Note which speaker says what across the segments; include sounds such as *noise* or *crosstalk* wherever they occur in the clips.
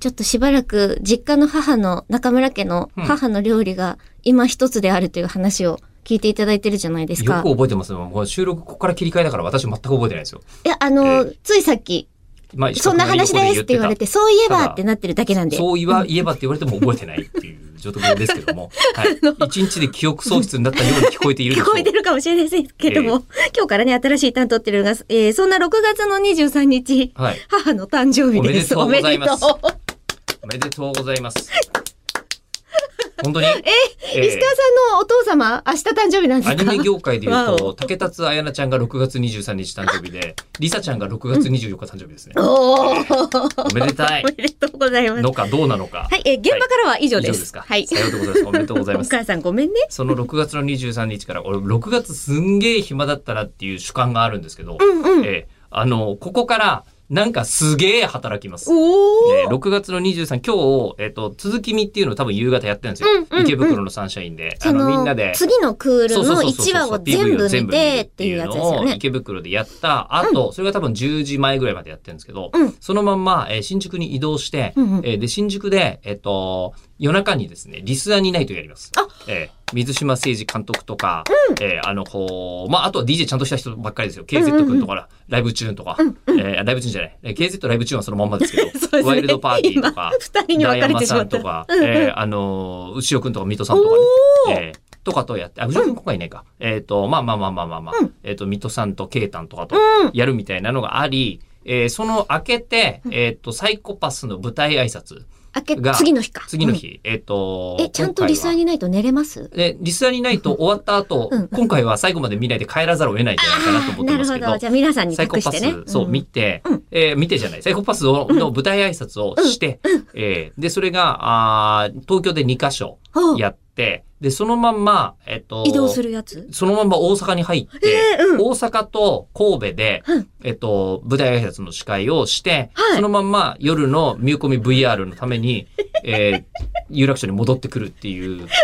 Speaker 1: ちょっとしばらく実家の母の、中村家の母の料理が今一つであるという話を聞いていただいてるじゃないです
Speaker 2: よ
Speaker 1: か
Speaker 2: く。覚えてますよ。これ収録ここから切り替えだから私全く覚えてないですよ。
Speaker 1: いや、あの、
Speaker 2: え
Speaker 1: ついさっき、
Speaker 2: まあ
Speaker 1: そんな話ですって言われて、そういえばってなってるだけなんで。
Speaker 2: そう言えば言えばって言われても覚えてないっていう *laughs* 状況ですけども、
Speaker 1: *laughs*
Speaker 2: はい、一日で記憶喪失になったように聞こえているでし
Speaker 1: 聞
Speaker 2: ょう
Speaker 1: こえてるかもしれませんけども、
Speaker 2: え
Speaker 1: 今日からね、新しい担当っていうのが、えーそんな6月の23日、
Speaker 2: はい、
Speaker 1: 母の誕生日です。
Speaker 2: おめでとうございます
Speaker 1: おめでとう
Speaker 2: おめでとうござい
Speaker 1: *laughs*
Speaker 2: ます。本当に、えー
Speaker 1: 石川さんのお父様、明日誕生日なんで
Speaker 2: ア
Speaker 1: す
Speaker 2: ニ
Speaker 1: か
Speaker 2: メ業界で言う
Speaker 1: わ
Speaker 2: と、
Speaker 1: お
Speaker 2: 竹達彩菜ちゃんが6月23日誕
Speaker 1: *laughs*
Speaker 2: 生日で、リサちゃんが6月24日誕生日ですね。
Speaker 1: おー
Speaker 2: おめでたい
Speaker 1: *laughs* おめでとうございます。
Speaker 2: のかどうなのか。
Speaker 1: はい、えー現場からは以上です。
Speaker 2: か。
Speaker 1: はい。
Speaker 2: さようでございます。おめでとうございま
Speaker 1: お
Speaker 2: す。
Speaker 1: 母さんごめんね。
Speaker 2: その6月の23日から、俺6月すんげえ暇だったなっていう主観があるんですけど、
Speaker 1: うんうん。
Speaker 2: えーあの、ここからなんかすげえ働きます。
Speaker 1: お
Speaker 2: えー6月の23今日、えっ、と、続き見っていうのを多分夕方やってるんですよ。
Speaker 1: うんうんうん
Speaker 2: 池袋のサンシャインで。あ
Speaker 1: そ
Speaker 2: の、
Speaker 1: の
Speaker 2: みんなで。
Speaker 1: 次のクー
Speaker 2: そ
Speaker 1: ル
Speaker 2: うそう
Speaker 1: の
Speaker 2: そうそう
Speaker 1: 1話を全
Speaker 2: PV を
Speaker 1: 部見て
Speaker 2: る
Speaker 1: っていうやつですよ
Speaker 2: のを
Speaker 1: ね。
Speaker 2: 池袋でやった後、それが多分10時前ぐらいまでやってるんですけど、
Speaker 1: うん
Speaker 2: そのまんま、えー新宿に移動して、
Speaker 1: うんうん
Speaker 2: えーで、新宿で、えっ、と、夜中にですね、リスアニナイトやります。
Speaker 1: あ
Speaker 2: えー水島誠二監督とか、えーあの、こう、まあ、あとは DJ ちゃんとした人ばっかりですよ。KZ 君とか、ライブチューンとか、えーライブチューンじゃない。えー KZ ライブチューンはそのまんまですけど、
Speaker 1: *laughs* そうですね
Speaker 2: ワイルドパーティーとか
Speaker 1: *laughs* 今、二人に
Speaker 2: ダ
Speaker 1: 分か
Speaker 2: イヤ
Speaker 1: れ
Speaker 2: マ
Speaker 1: てしま
Speaker 2: さ
Speaker 1: っ
Speaker 2: ん
Speaker 1: た。
Speaker 2: とか、
Speaker 1: うんうん
Speaker 2: えーあのー、牛尾くんとか、水戸さんとかね、えーとかとやって、あ、牛尾くん今回いないか。えっ、と、まあまあまあまあまあまあ、えっ、と、水戸さんとケイタンとかとやるみたいなのがあり、えーその明けて、えっ、と、サイコパスの舞台挨拶、
Speaker 1: 明け
Speaker 2: が
Speaker 1: 次の日か。
Speaker 2: 次の日、えっ、と
Speaker 1: うん。え、ちゃんとリスナーにないと寝れます
Speaker 2: で、リスナーにないと終わった後、
Speaker 1: うん
Speaker 2: 今回は最後まで見ないで帰らざるを得ないんじゃないかなと思って
Speaker 1: な
Speaker 2: ま
Speaker 1: る
Speaker 2: す
Speaker 1: ほ
Speaker 2: け
Speaker 1: ど。
Speaker 2: ど
Speaker 1: じ、ゃあ皆さんに
Speaker 2: サイコ
Speaker 1: 託し
Speaker 2: パス、
Speaker 1: てね。
Speaker 2: そう、
Speaker 1: ん
Speaker 2: 見て、
Speaker 1: うん
Speaker 2: えー見てじゃない、サイコパスをの舞台挨拶をして、えーで、それが、あー東京で2カ所
Speaker 1: ほう
Speaker 2: やって、で、そのまんま、えっと、
Speaker 1: 移動するやつ
Speaker 2: そのまんま大阪に入って、
Speaker 1: えーうん
Speaker 2: 大阪と神戸で、
Speaker 1: うん
Speaker 2: えっと、舞台挨拶の司会をして、
Speaker 1: はい
Speaker 2: そのまんま夜の見込み VR のために、えー、有楽町に戻ってくるっていう
Speaker 1: 恐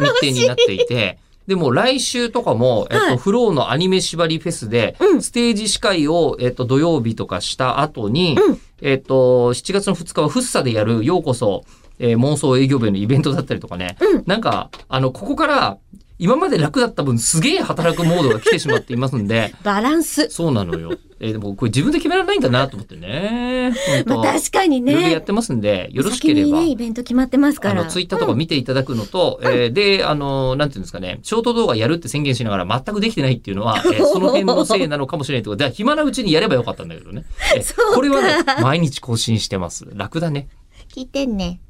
Speaker 1: ろ
Speaker 2: 日程
Speaker 1: し
Speaker 2: に
Speaker 1: い
Speaker 2: な。っていて、でもう来週とかも、えっ
Speaker 1: は
Speaker 2: と、
Speaker 1: い
Speaker 2: フローのアニメ縛りフェスで、
Speaker 1: うん
Speaker 2: ステージ司会を、えっと、土曜日とかした後に、
Speaker 1: うん
Speaker 2: えっと、7月の2日はフッサでやる、ようこそ、えー妄想営業部へのイベントだったりとかね、
Speaker 1: うん
Speaker 2: なんか、あの、ここから、今まで楽だった分、すげえ働くモードが来てしまっています
Speaker 1: *laughs*
Speaker 2: んで、
Speaker 1: バランス。
Speaker 2: そうなのよ。えーでも、これ自分で決められないんだなと思ってね。本当
Speaker 1: まあ確かに
Speaker 2: いろいろや
Speaker 1: ね
Speaker 2: っ。てますんで、よろしけれ
Speaker 1: 先
Speaker 2: ば
Speaker 1: にね、。イベント決まってますか
Speaker 2: あ
Speaker 1: ら。
Speaker 2: の、ツイッターとか見ていただくのと、えーで、あの、なんていうんですかね、ショート動画やるって宣言しながら全くできてないっていうの
Speaker 1: *laughs*
Speaker 2: は、えーその辺のせいなのかもしれないってことで、暇なうちにやればよかったんだけどね。え
Speaker 1: *laughs*
Speaker 2: ー
Speaker 1: そうか
Speaker 2: これはね、毎日更新してます。楽だね。
Speaker 1: 聞いてんね。